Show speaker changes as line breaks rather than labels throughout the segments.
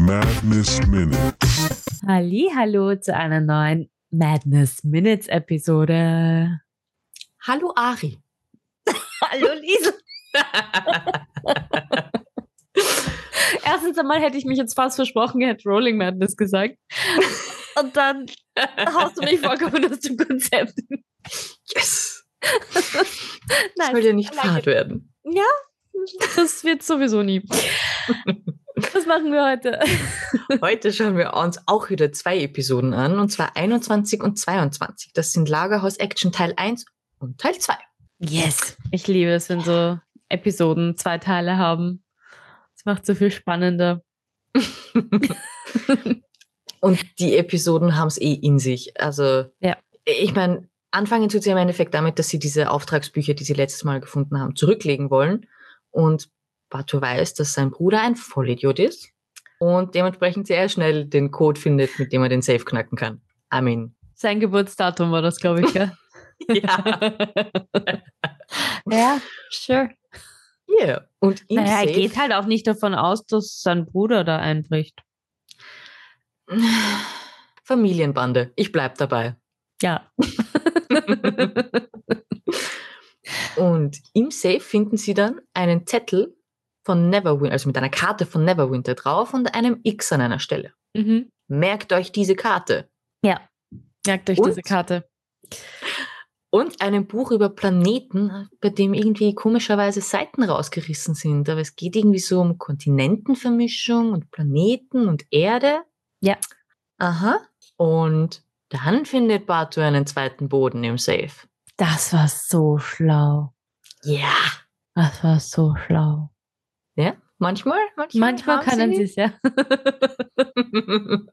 Madness Minutes.
Hallo zu einer neuen Madness Minutes Episode.
Hallo Ari.
Hallo Lisa. Erstens einmal hätte ich mich jetzt fast versprochen, ihr hättet Rolling Madness gesagt. Und dann haust du mich vollkommen aus dem Konzept.
Yes.
Nein,
Soll dir nicht
danke.
fad werden.
das wird sowieso nie. Was machen wir heute?
Heute schauen wir uns auch wieder zwei Episoden an, und zwar 21 und 22. Das sind Lagerhaus Action Teil 1 und Teil 2.
Yes. Ich liebe es, wenn so Episoden zwei Teile haben. Das macht so viel spannender.
Und die Episoden haben es eh in sich. Also,
Ja.
ich meine, anfangen tut sie im Endeffekt damit, dass sie diese Auftragsbücher, die sie letztes Mal gefunden haben, zurücklegen wollen. Und Batu weiß, dass sein Bruder ein Vollidiot ist und dementsprechend sehr schnell den Code findet, mit dem er den Safe knacken kann. I mean,
Sein Geburtsdatum war das, glaube ich, ja.
ja.
Ja, sure.
Yeah. Und im
Naja, er
Safe,
geht halt auch nicht davon aus, dass sein Bruder da einbricht.
Familienbande. Ich bleib dabei.
Ja.
Und im Safe finden sie dann einen Zettel von Neverwinter, also mit einer Karte von Neverwinter drauf und einem X an einer Stelle.
Mhm.
Merkt euch diese Karte.
Ja. Merkt euch
Und?
diese Karte.
Und einem Buch über Planeten, bei dem irgendwie komischerweise Seiten rausgerissen sind. Aber es geht irgendwie so um Kontinentenvermischung und Planeten und Erde.
Ja.
Aha. Und dann findet Batu einen zweiten Boden im Safe.
Das war so schlau.
Ja.
Das war so schlau.
Ja, manchmal. Manchmal,
Manchmal
haben
können sie
sie.
es ja.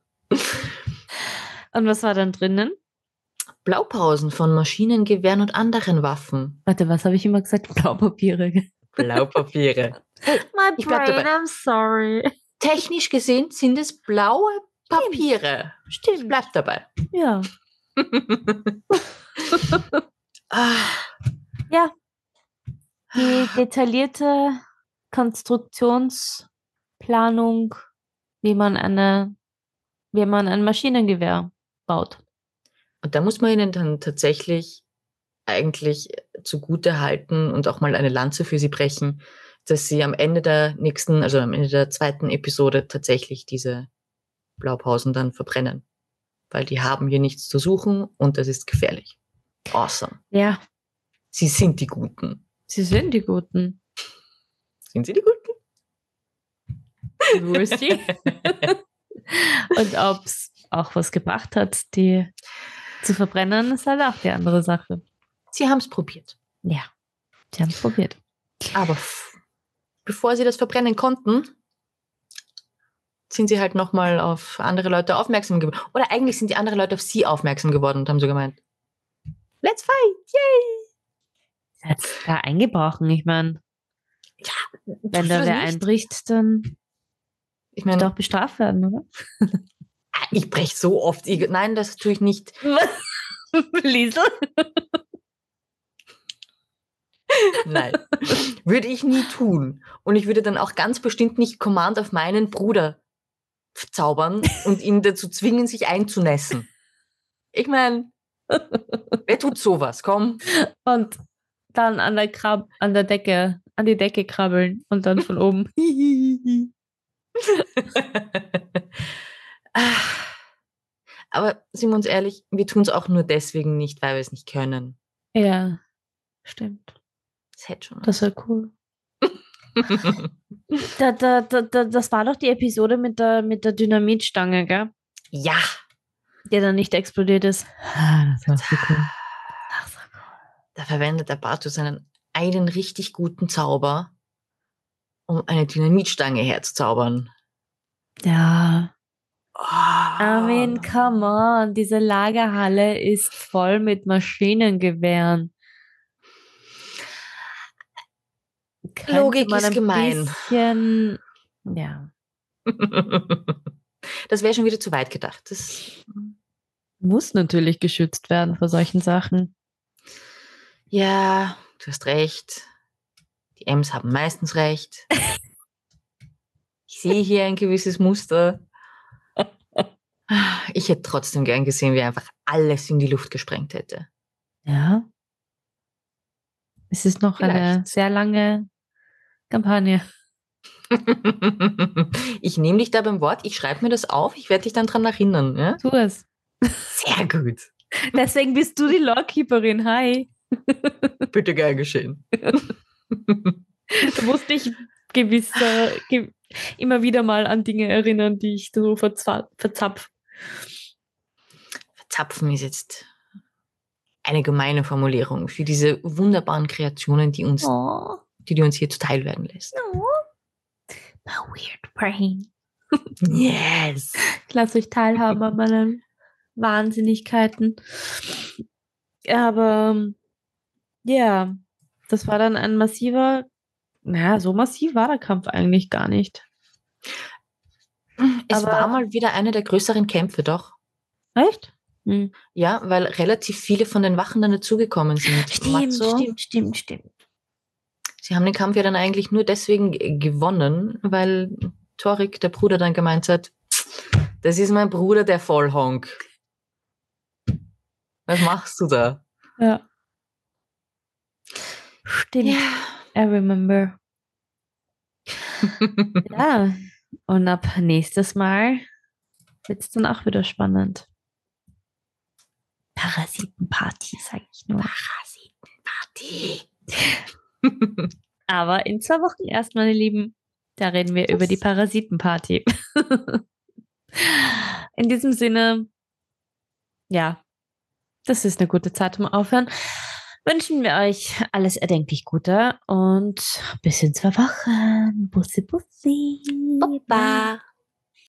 Und was war dann drinnen?
Blaupausen von Maschinengewehren und anderen Waffen.
Warte, was habe ich immer gesagt? Blaupapiere.
Blaupapiere.
My
Ich bleib dabei.
I'm sorry.
Technisch gesehen sind es blaue Papiere. Ich
Stimmt.
bleib dabei.
Ja.
Ah,
Die detaillierte Konstruktionsplanung, wie man eine, wie man ein Maschinengewehr baut.
Und da muss man ihnen dann tatsächlich eigentlich zugute halten und auch mal eine Lanze für sie brechen, dass sie am Ende der nächsten, also am Ende der zweiten Episode tatsächlich diese Blaupausen dann verbrennen. Weil die haben hier nichts zu suchen und das ist gefährlich. Awesome.
Ja,
Sie sind die Guten.
sie sind die Guten.
Sind sie die Guten?
Du bist sie. Und ob es auch was gebracht hat, die zu verbrennen, ist halt auch die andere Sache.
Sie haben es probiert.
Ja, sie haben es probiert.
Aber f- bevor sie das verbrennen konnten, sind sie halt nochmal auf andere Leute aufmerksam geworden. Oder eigentlich sind die anderen Leute auf sie aufmerksam geworden und haben so gemeint, let's fight.
Sie hat es da eingebrochen. Ich meine,
Yeah.
wenn da wer einbricht, dann
Ich
wird
meine,
auch bestraft werden, oder?
ah, ich breche so oft. Igel. Nein, das tue ich nicht.
Lisa?
Nein. würde ich nie tun. Und ich würde dann auch ganz bestimmt nicht Command auf meinen Bruder zaubern und ihn dazu zwingen, sich einzunässen. Ich meine, wer tut sowas? Komm.
Und dann an der Krab an der Decke, an die Decke krabbeln und dann von oben.
Ah. Aber sind wir uns ehrlich, wir tun es auch nur deswegen nicht, weil wir es nicht können.
ja, stimmt.
Das hätte schon.
Das wäre cool. Da, da, da, da, das war doch die Episode mit der, mit der Dynamitstange, gell?
ja.
Die dann nicht explodiert ist. Ah, das war so cool. Das war cool.
Da verwendet der Batu seinen einen richtig guten Zauber, um eine Dynamitstange herzuzaubern.
Ja.
Oh.
I mean, come on. Diese Lagerhalle ist voll mit Maschinengewehren. Könnte
Logik
man
ist
ein
gemein.
Bisschen, ja.
Das wäre schon wieder zu weit gedacht. Das,
Mhm. Muss natürlich geschützt werden vor solchen Sachen.
ja, du hast recht. Die M's haben meistens recht. Ich sehe hier ein gewisses Muster. Ich hätte trotzdem gern gesehen, wie er einfach alles in die Luft gesprengt hätte.
Ja. Es ist noch eine
Vielleicht.
sehr lange Kampagne.
Ich nehme dich da beim Wort, ich schreibe mir das auf, ich werde dich dann dran erinnern. Ja?
Tu es.
Sehr gut.
Deswegen bist du die Lawkeeperin. Hi.
Bitte gern geschehen.
Du musst dich gewisser, ge immer wieder mal an Dinge erinnern, die ich so verzwa- verzapf.
Verzapfen ist jetzt eine gemeine Formulierung für diese wunderbaren Kreationen, die uns,
Oh,
die, die uns hier zuteil werden lässt.
no. My weird brain.
Yes!
Ich lasse euch teilhaben an meinen Wahnsinnigkeiten. Aber ähm, ja, das war dann ein massiver, naja, so massiv war der Kampf eigentlich gar nicht.
Es
Aber-
war mal wieder einer der größeren Kämpfe, doch.
Echt? Hm.
Ja, weil relativ viele von den Wachen dann dazugekommen sind. Matzo,
stimmt, stimmt.
Sie haben den Kampf ja dann eigentlich nur deswegen g- gewonnen, weil Torik, der Bruder, dann gemeint hat, das ist mein Bruder, der Vollhonk. Was machst du da?
Ja. Stimmt, I remember. Ja, und ab nächstes Mal wird es dann auch wieder spannend. Parasitenparty, sage ich nur.
Party.
Aber in zwei Wochen erst, meine Lieben, da reden wir über die Parasitenparty. in diesem Sinne, ja, das ist eine gute Zeit zum Aufhören. Wünschen wir euch alles erdenklich Gute und bis in zwei Wochen. Bussi, bussi.
Baba.